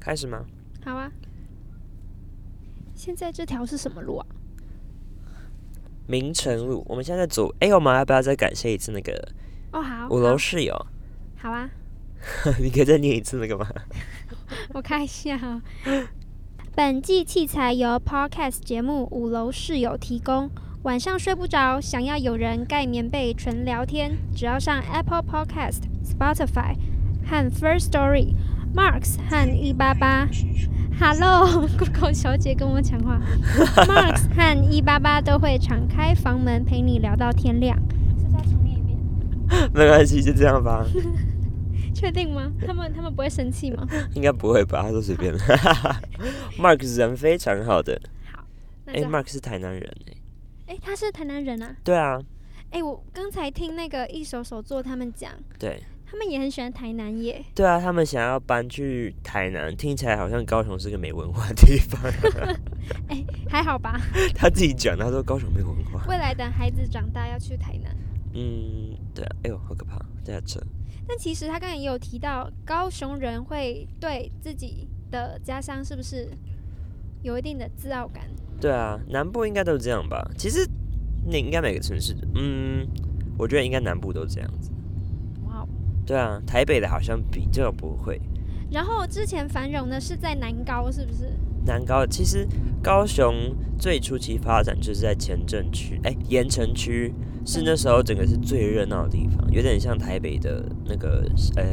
开始吗？好啊。现在这条是什么路啊？明城路，我们现在在走。哎、我们要不要再感谢一次那个哦，好。五楼好室友？ 好啊，你可以再念一次那个吗？我看一下啊。 本季器材由 Podcast 节目《五楼室友》提供。晚上睡不着，想要有人盖棉被纯聊天，只要上 Apple Podcast、Spotify 和 First Story、Marks 和一八八。Hello，Google 小姐跟我讲话。Marks 和一八八都会敞开房门陪你聊到天亮。是不是要重念一遍？ 没关系，就这样吧，确定吗？他们他们不会生气 吗？应该不会吧？他说随便。Mark 人非常好的，那哎、就 m 好 a r k 是台南人哎、哎、他是台南人啊。对啊，哎、我刚才听那个一手手作他们讲，对他们也很喜欢台南耶。对啊，他们想要搬去台南，听起来好像高雄是个没文化的地方。 还好吧， 他自己讲，他说高雄没文化。未来等孩子长大要去台南。嗯，对啊，哎呦，好可怕，这下车。但其实他刚才也有提到，高雄人会对自己的家乡是不是有一定的自傲感？对啊，南部应该都这样吧？其实那应该每个城市，嗯，我觉得应该南部都这样子。哇、哦！对啊，台北的好像比较不会。然后之前繁荣的是在南高，是不是？南高其实高雄最初期发展就是在前镇区，哎、盐城区是那时候整个是最热闹的地方，有点像台北的那个呃，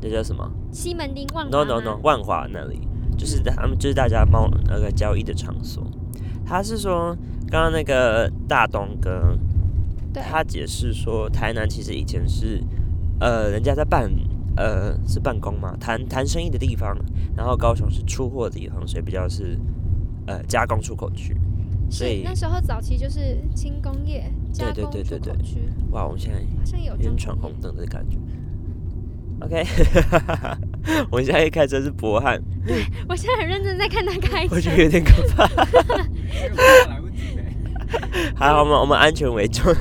那叫什么西门町万华？No 吗 No No，万华那里就是他们就是大家猫那个交易的场所。他是说刚刚那个大东哥，对，他解释说，台南其实以前是，呃，人家在办，呃，是办公嘛，谈谈生意的地方，然后高雄是出货的地方，所以比较是，呃，加工出口区。所是以那时候早期就是轻工业加对工对出对对口对区，哇，我们现在好像也有有点重闯工红业灯的感觉。OK，我现在开车是博汉， 我现在很认真在看他开 车我觉，得有点可 怕。因为我怕来不及嘞。还好嘛，我们安全为重。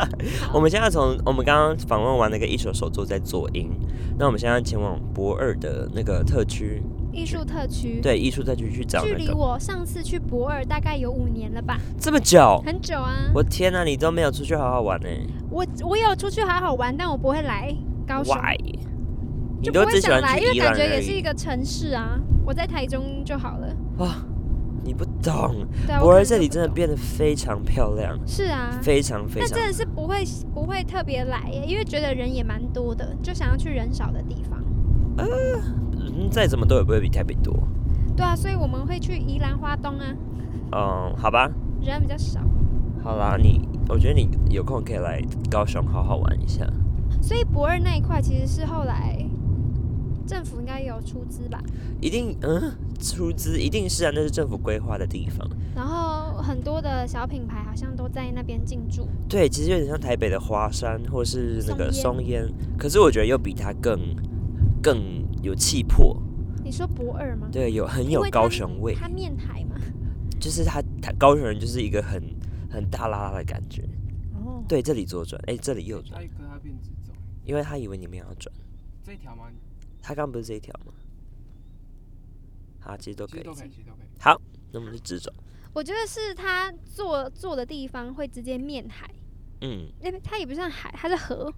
我们现在从我们刚刚访问完那个一手手作在左营，那我们现在前往博二的那个特区，艺术特区。对，艺术特区去找嗯距那离个。我上次去博尔大概有五年了吧，这么久，很久啊。我天哪、你都没有出去好好玩呢、我我有出去好好玩，但我不会来高雄 Why？你就都不会只喜想欢来，因去为宜兰感而觉也是一已。个城市啊。我在台中就好了。你不懂，对啊，博我可尔能这就里不真的懂变得非常漂亮，是啊，非常非但常真。的是不会不会特别来耶，因为觉得人也蛮多的，就想要去人少的地方。嗯，再怎么都也不会比台北多。对啊，所以我们会去宜兰花东啊，嗯，好吧，人比较少。好啦，你，我觉得你有空可以来高雄好好玩一下。所以博二那一块其实是后来政府应该有出资吧，一定，嗯，出资一定是啊，那是政府规划的地方。然后很多的小品牌好像都在那边进驻。对，其实有点像台北的华山或是那个松松烟，可是我觉得又比它更更有气魄，你说博二吗？对，有很因有为高它雄味，它面海嘛。就是它它高雄人就是一个很很大拉拉的感觉。哦，对，这里左转，哎，这里右他转，一颗它变直走，因为他以为你们要转，这一条吗？他刚不是这一条吗？好，其实都其可实以都，可以，其实都可以。那我们就直走。我觉得是它坐坐的地方会直接面海，嗯，那边它也不算海，它是河，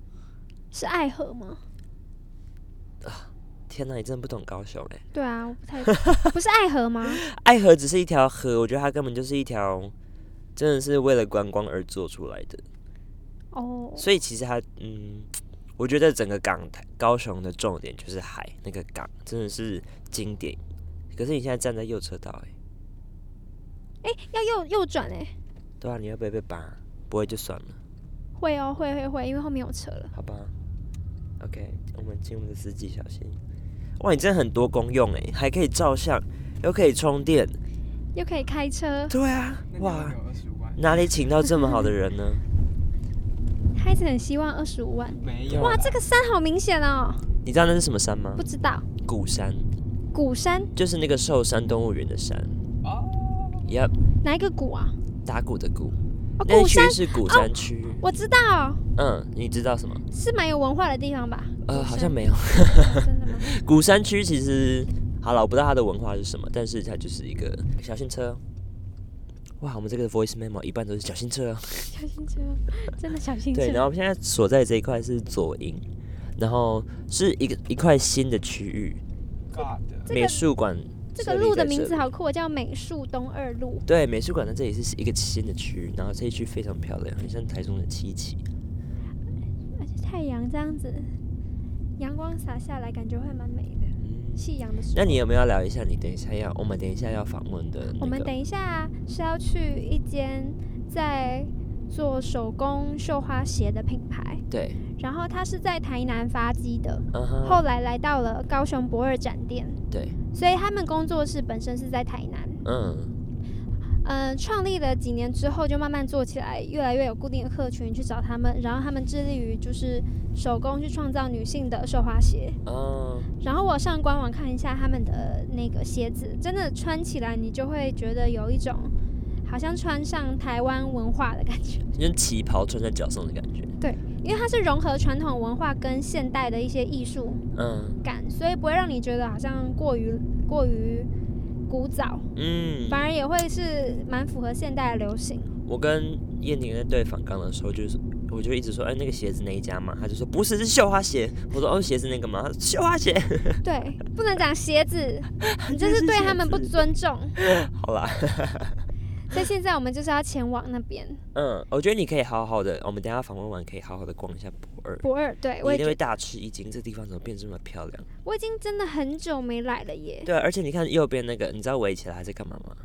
是爱河吗？天哪，你真的不懂高雄哎、对啊，我不太不是爱河吗？爱河只是一条河，我觉得它根本就是一条，真的是为了观光而做出来的。哦，所以其实它，嗯，我觉得整个港台高雄的重点就是海，那个港真的是经典。可是你现在站在右车道、欸，要右右转哎、对啊，你会不会被扒？不会就算了，会哦，会会会，因为后面有车了。好吧？OK，我们请我们的司机小心。哇，你真的很多功用哎、还可以照相，又可以充电。又可以开车，对啊，那你有哇没，有二十五万？哪里请到这么好的人呢？ 他一直很希望二十五万。没有啦。哇，这个山好明显哦！你知道那是什么山吗不？知道，鼓山，鼓山就是那个寿山动物园的山。哦， Yep，哪一个鼓啊？打鼓的鼓，哦，那鼓山哦区是鼓山区。我知道，嗯，你知道什么？ 是蛮有文化的地方吧？呃，好山像没有。真的吗？鼓山区其实，好了，我不知道它的文化是什么，但是它就是一个小型车。哇，我们这个 voice memo 一半都是小型车 哦。小心车，真的小心车。对，然后我们现在所在这一块是左营，然后是一个一块新的区域， God，这个美术馆这设个立路的在名这字里好酷，我叫美术东二路。对，美术馆在这里是一个新的区域，然后这一区非常漂亮，很像台中的七期。而且太阳这样子，阳光洒下来，感觉会蛮美的。嗯，夕阳的时那候，你有没有要聊一下你等一下要我们等一下要访问的、那个？我们等一下是要去一间在做手工绣花鞋的品牌，对，然后它是在台南发迹的，嗯哼，后来来到了高雄博尔展店，对，所以他们工作室本身是在台南。嗯，嗯，创立了几年之后，就慢慢做起来，越来越有固定的客群去找他们，然后他们致力于就是手工去创造女性的绣花鞋。哦，然后我上官网看一下他们的那个鞋子，真的穿起来你就会觉得有一种好像穿上台湾文化的感觉，就是旗袍穿在脚上的感觉。因为它是融合传统文化跟现代的一些艺术嗯感，所以不会让你觉得好像过于过于古早，嗯，反而也会是蛮符合现代的流行。我跟燕婷在对访刚的时候，就是我就一直说，哎，那个鞋子那一家嘛，他就说不是，是绣花鞋。我说哦，鞋子那个嘛，她说 绣花鞋。对，不能讲鞋子， 你这是对他们不鞋子尊重。好啦，所以现在我们就是要前往那边嗯，我觉得你可以好好的，我们等一下访问完可以好好的逛一下博二。博二，对你我也一定觉会得大吃一惊，这地方怎么变这么漂亮？我已经真的很久没来了耶。对啊，而且你看右边那个，你知道围起来还在干嘛吗？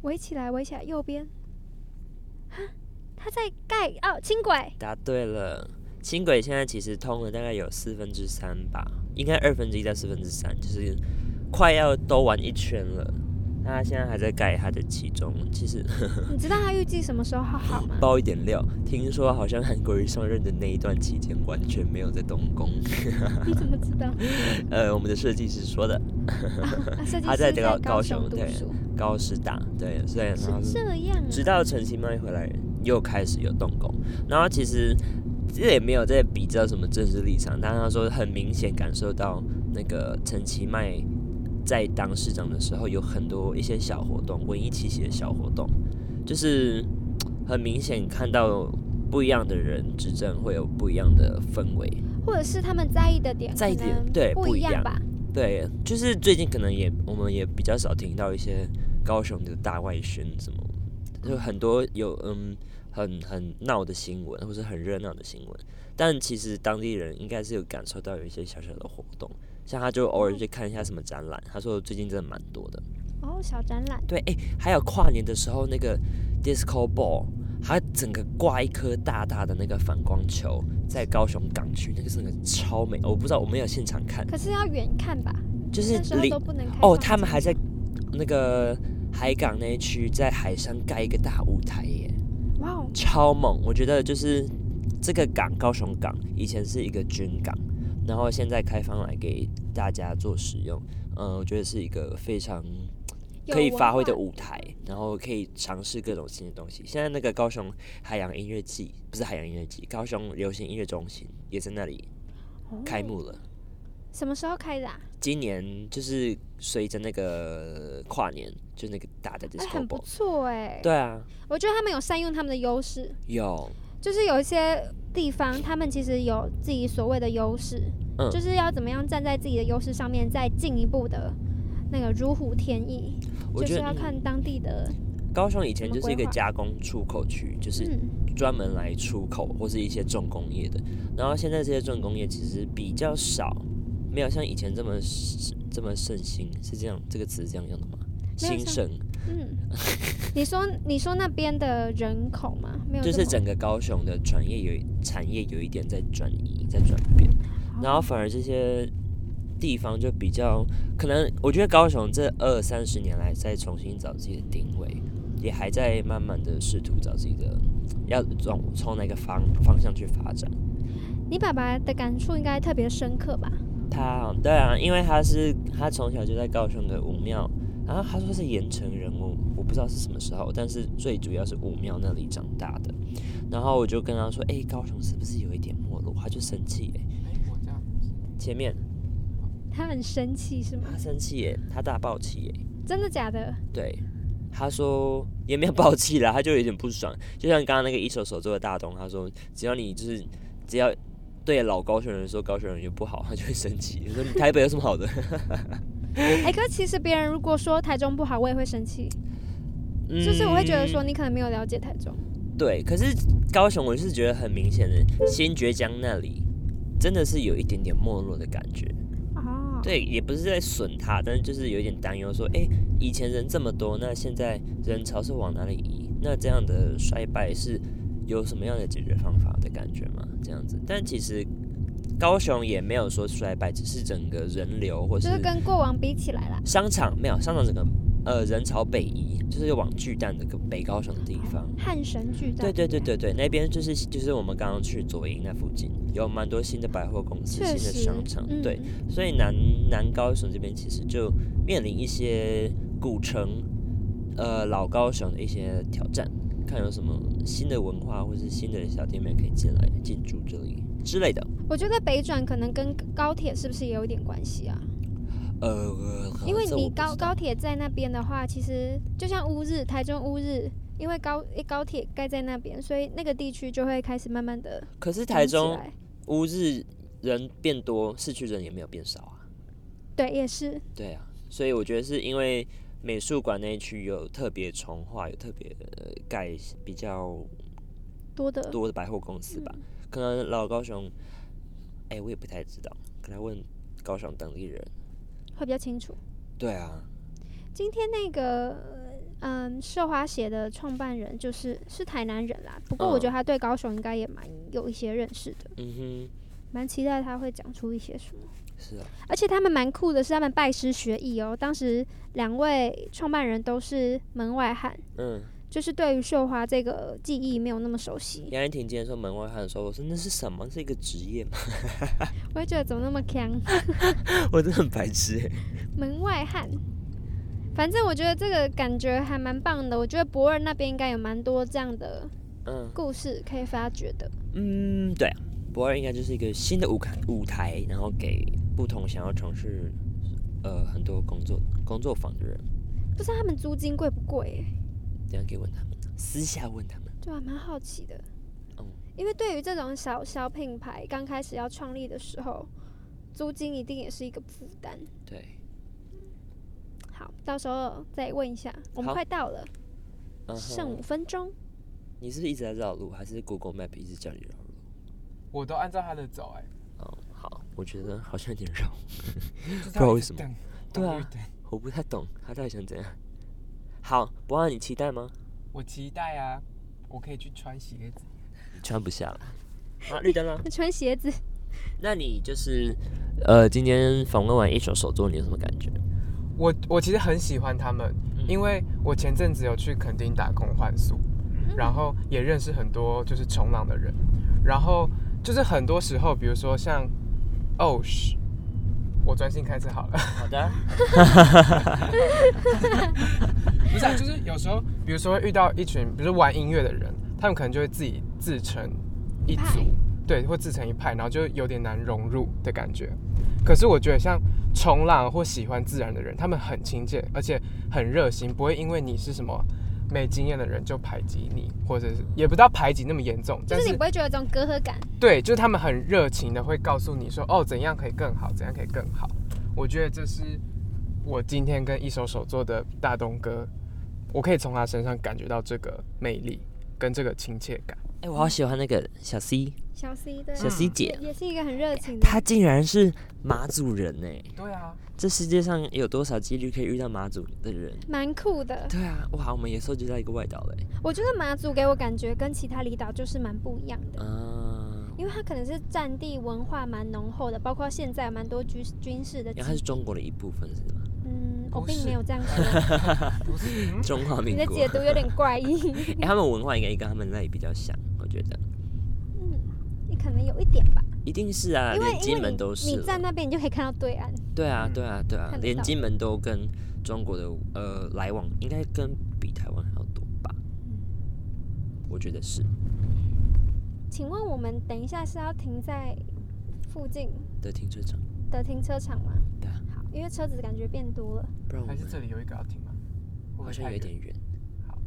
围起来，围起来，右边。他在盖哦，轻轨。答对了，轻轨现在其实通了大概有四分之三吧，应该二分之一到四分之三，就是快要兜完一圈了。那它现在还在盖它的其中，其实你知道他预计什么时候好好吗？包一点料，听说好像韩国瑜上任的那一段期间完全没有在动工。 你怎么知道？呃，我们的设计师说的，啊设计他师在这个高高雄读对嗯书，高师大对，虽然是他是这样啊。直到陈其迈回来，又开始有动工。然后其实这也没有在比较什么政治立场，但他说很明显感受到那个陈其迈在当市长的时候，有很多一些小活动，文艺气息的小活动，就是嘖很明显看到不一样的人执政会有不一样的氛围。或者是他们在意的点，在意可点能对不不一一样样吧。对，就是最近可能也我们也比较少听到一些高雄的大外宣什么，就很多有嗯很很闹的新闻，或是很热闹的新闻。但其实当地人应该是有感受到有一些小小的活动，像他就偶尔去看一下什么展览，他说最近真的蛮多的。哦，小展览，对，哎、还有跨年的时候那个 disco ball，它整个挂一颗大大的那个反光球在高雄港区，那个真的超美，我不知道我没有现场看，可是要远看吧，就是那时候离都不能开哦，放他们进还在场那个海港那一区，在海上盖一个大舞台耶，哇哦，超猛！我觉得就是这个港，高雄港以前是一个军港，然后现在开放来给大家做使用，嗯，我觉得是一个非常有可以文发挥化的舞台，然后可以尝试各种新的东西。现在那个高雄海洋音乐季不是海洋音乐季，高雄流行音乐中心也在那里哦开幕了。什么时候开的啊？今年就是随着那个跨年，就那个大的哎， disco 很不 ball，错哎。对啊，我觉得他们有善用他们的优势。有，就是有一些地方，他们其实有自己所谓的优势，嗯就是要怎么样站在自己的优势上面，再进一步的那个如虎添翼，我就觉是得、要看当地的，嗯高雄以前怎么就是一个规划加工出口区，就是嗯，专门来出口或是一些重工业的。然后现在这些重工业其实比较少，没有像以前这么这么盛行，是这样这个词是这样用的吗？没兴有像盛 嗯，你说你说那边的人口嘛，没有就这是么整个高雄的产业有一产业有一点在转移，在转变。哎然后反而这些地方就比较可能，我觉得高雄这二三十年来再重新找自己的定位，也还在慢慢的试图找自己的要从从哪个方方向去发展。你爸爸的感触应该特别深刻吧？他对啊，因为他是他从小就在高雄的武庙，然后他说是盐城人物，我不知道是什么时候，但是最主要是武庙那里长大的。然后我就跟他说，哎、高雄是不是有一点没落？他就生气、欸，哎，我家前面他很生气是吗？他生气耶，他大爆气耶。真的假的？对，他说也没有爆气啦，他就有点不爽。就像刚刚那个一手手做的大东，他说只要你就是只要对老高雄人说高雄人也不好，他就会生气。我说你台北有什么好的？哎、可是其实别人如果说台中不好，我也会生气， 就是我会觉得说你可能没有了解台中。嗯对，可是高雄我是觉得很明显的，新爵江那里真的是有一点点没落的感觉。哦，对，也不是在损他，但是就是有点担忧，说，哎、以前人这么多，那现在人潮是往哪里移？那这样的衰败是有什么样的解决方法的感觉吗？这样子，但其实高雄也没有说衰败，只是整个人流或是就是跟过往比起来啦。商场没有商场整个呃人潮北移，就是往巨蛋这个北高雄的地方。汉神巨对蛋。对对。对对，那边就是就是我们刚刚去左营那附近，有蛮多新的百货公司、确新实的商场，嗯、对，，所以南南高雄这边其实就面临一些古城，呃，老高雄的一些挑战，看有什么新的文化或是新的小店面可以进来进驻这里之类的。我觉得北转可能跟高铁是不是也有点关系啊？呃，因为这我你不高知道高铁在那边的话，其实就像乌日、台中乌日，因为高一高铁盖在那边，所以那个地区就会开始慢慢的可是台中来。乌日人变多，市区人也没有变少啊。对，也是对啊，所以我觉得是因为美术馆那一区有特别重化，有特别、呃、盖比较多的。多的百货公司吧，可能老高雄，哎、我也不太知道，可能要问高雄当地人。会比较清楚。对啊，今天那个嗯，社华写的创办人就是是台南人啦，不过我嗯觉得他对高雄应该也蛮有一些认识的，嗯蛮期待他会讲出一些什么。哼，是啊，而且他们蛮酷的是，他们拜师学艺哦。当时两位创办人都是门外汉，嗯，就是对于绣花这个技艺没有那么熟悉。杨一婷今天说门外汉的时候，我说那是什么？是一个职业吗？我也觉得怎么那么强， 我真的很白痴、欸。门外汉。反正我觉得这个感觉还蛮棒的。我觉得博尔那边应该有蛮多这样的嗯故事可以发掘的。嗯，对啊，博二应该就是一个新的舞台舞台，然后给不同想要从事呃很多工作工作坊的人，不知道他们租金贵不贵、欸？等一下可以问他们，私下问他们。对啊，蛮好奇的。嗯因为对于这种小小品牌刚开始要创立的时候，租金一定也是一个负担。对，好，到时候再问一下。我们好快到了，嗯剩五哼，分钟。你是不是一直在绕路，还是 Google Map 一直叫你绕路？我都按照他的走哎、哦，好，我觉得好像有点绕，就是知他道一为直什么等对啊等等我不太懂他到底想怎样。好，不让你期待吗？我期待啊，我可以去穿鞋子。你穿不下了。啊，绿灯了。那穿鞋子，那你就是呃，今天访问完一手手作，你有什么感觉？我我其实很喜欢他们，嗯因为我前阵子有去垦丁打工换宿，嗯然后也认识很多就是冲浪的人，然后就是很多时候，比如说像哦，嘘我专心开车好了，好的，不嗯是、啊，就是有时候，比如说会遇到一群，比如说玩音乐的人，他们可能就会自己自成一派组，对，会自成一派，然后就有点难融入的感觉。可是我觉得像冲浪或喜欢自然的人，他们很亲切，而且很热心，不会因为你是什么没经验的人就排挤你，或者是也不到排挤那么严重，就但是你是不会觉得有这种隔阂感。对，就是他们很热情的会告诉你说，哦，怎样可以更好，怎样可以更好。我觉得这是我今天跟一手手做的大东哥，我可以从他身上感觉到这个魅力跟这个亲切感。哎、我好喜欢那个小 C 小 C 对，小 C 姐也，也是一个很热情的。她竟然是马祖人呢、对啊，这世界上有多少几率可以遇到马祖的人？蛮酷的，对啊，哇，我们也收集到一个外岛嘞、我觉得马祖给我感觉跟其他离岛就是蛮不一样的，啊，因为它可能是战地文化蛮浓厚的，包括现在有蛮多军军事的基。然后它是中国的一部分是吗？嗯，我不并是没有这样 说，不是，嗯中华你民的国。解读有点怪异。 哎、他们文化应该跟他们那里比较像，我觉得嗯，你可能有一点吧，一定是啊，因为连因金为门都你是你了。在那边，你就可以看到对岸。对啊，嗯对啊，对啊看，得连到金门都跟中国的呃来往，应该跟比台湾还要多吧？我觉得是请问我们等一下是要停在附近的停车场。的停车场吗？对啊好，因为车子感觉变多了。不然我还们是这里有一个要停吗？会不会好像有太远点远。好，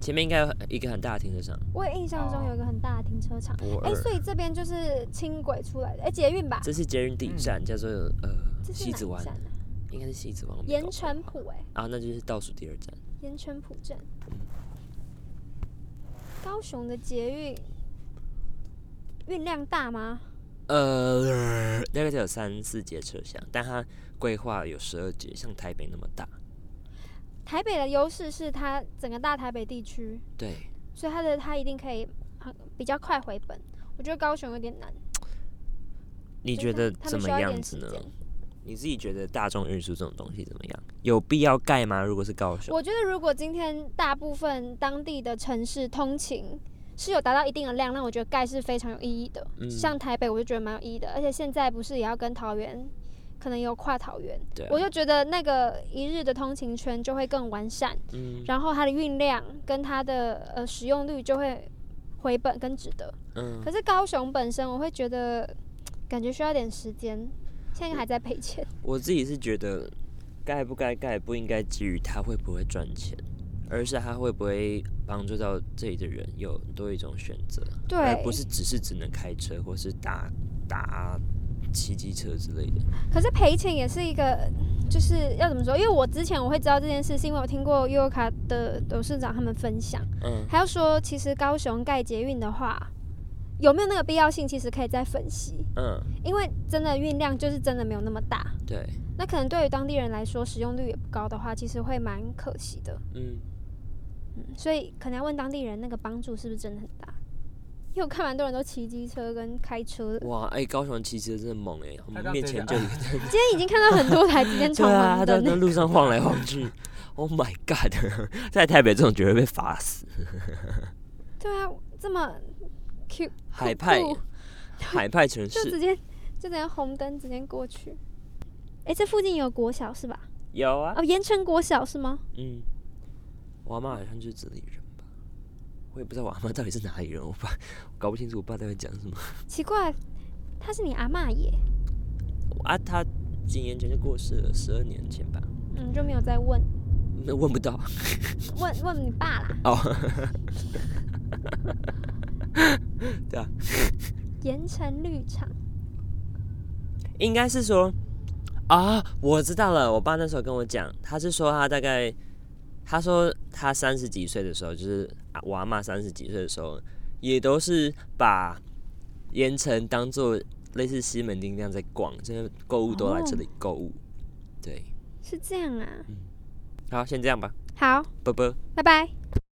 前面应该有一个很大的停车场，我也印象中哦有一个很大的停车场，博哎、尔。所以这边就是轻轨出来的，哎、捷运吧？这是捷运第一站，嗯叫做呃这是西哪子一湾，站啊？应该是西子湾。我没搞盐错城浦、哎，啊，那就是倒数第二站。盐城浦站。高雄的捷运运量大吗？呃，大概只有三四节车厢，但它规划有十二节，像台北那么大。台北的优势是它整个大台北地区，对，所以它的它一定可以很比较快回本。我觉得高雄有点难，你就觉看得他们怎么需要一样点子时呢间？你自己觉得大众运输这种东西怎么样？有必要盖吗？如果是高雄，我觉得如果今天大部分当地的城市通勤是有达到一定的量，那我觉得盖是非常有意义的。嗯像台北我就觉得蛮有意义的，而且现在不是也要跟桃园，可能有跨桃园，对啊、我就觉得那个一日的通勤圈就会更完善，嗯然后它的运量跟它的呃使用率就会回本跟值得。嗯可，是高雄本身，我会觉得感觉需要点时间，现在还在赔钱。我自己是觉得盖不该盖不应该基于它会不会赚钱，而是它会不会帮助到这里的人有多一种选择。而对，哎不是只是只能开车或是打打骑机车之类的。可是赔钱也是一个，就是要怎么说？因为我之前我会知道这件事，是因为我听过 U 卡的董事长他们分享，嗯，还有说其实高雄盖捷运的话，有没有那个必要性，其实可以再分析，嗯，因为真的运量就是真的没有那么大。对，那可能对于当地人来说，使用率也不高的话，其实会蛮可惜的。嗯，嗯，所以可能要问当地人那个帮助是不是真的很大，因为我看蛮多人都骑机车跟开车的，哇，哎、高雄骑车真的猛哎、我他们刚面才前 讲就有一今天已经看到很多台直接对闯啊，红他在那灯，路上晃来晃去。Oh my god，在 台北这种绝对被罚死，对啊，这么 cute 海派酷海派城就直市接就直接红灯直接过去。哎、这附近有国小是吧？有啊，哦，盐城国小是吗？嗯，我阿妈好像就是这里人吧，我也不知道我阿妈到底是哪里人，我爸我搞不清楚我爸到底讲什么奇怪，他是你阿嬷耶，啊，他几年前就过世了，十二年前吧，嗯，就没有再问那问不到。问问你爸啦。哦，对啊，盐城绿场，应该是说啊，我知道了。我爸那时候跟我讲，他是说他大概，他说他三十几岁的时候，就是啊我阿妈三十几岁的时候，也都是把盐城当做类似西门町那样在逛，就是购物都来这里购物。对，是这样啊。好，先这样吧，好，啵啵。拜拜。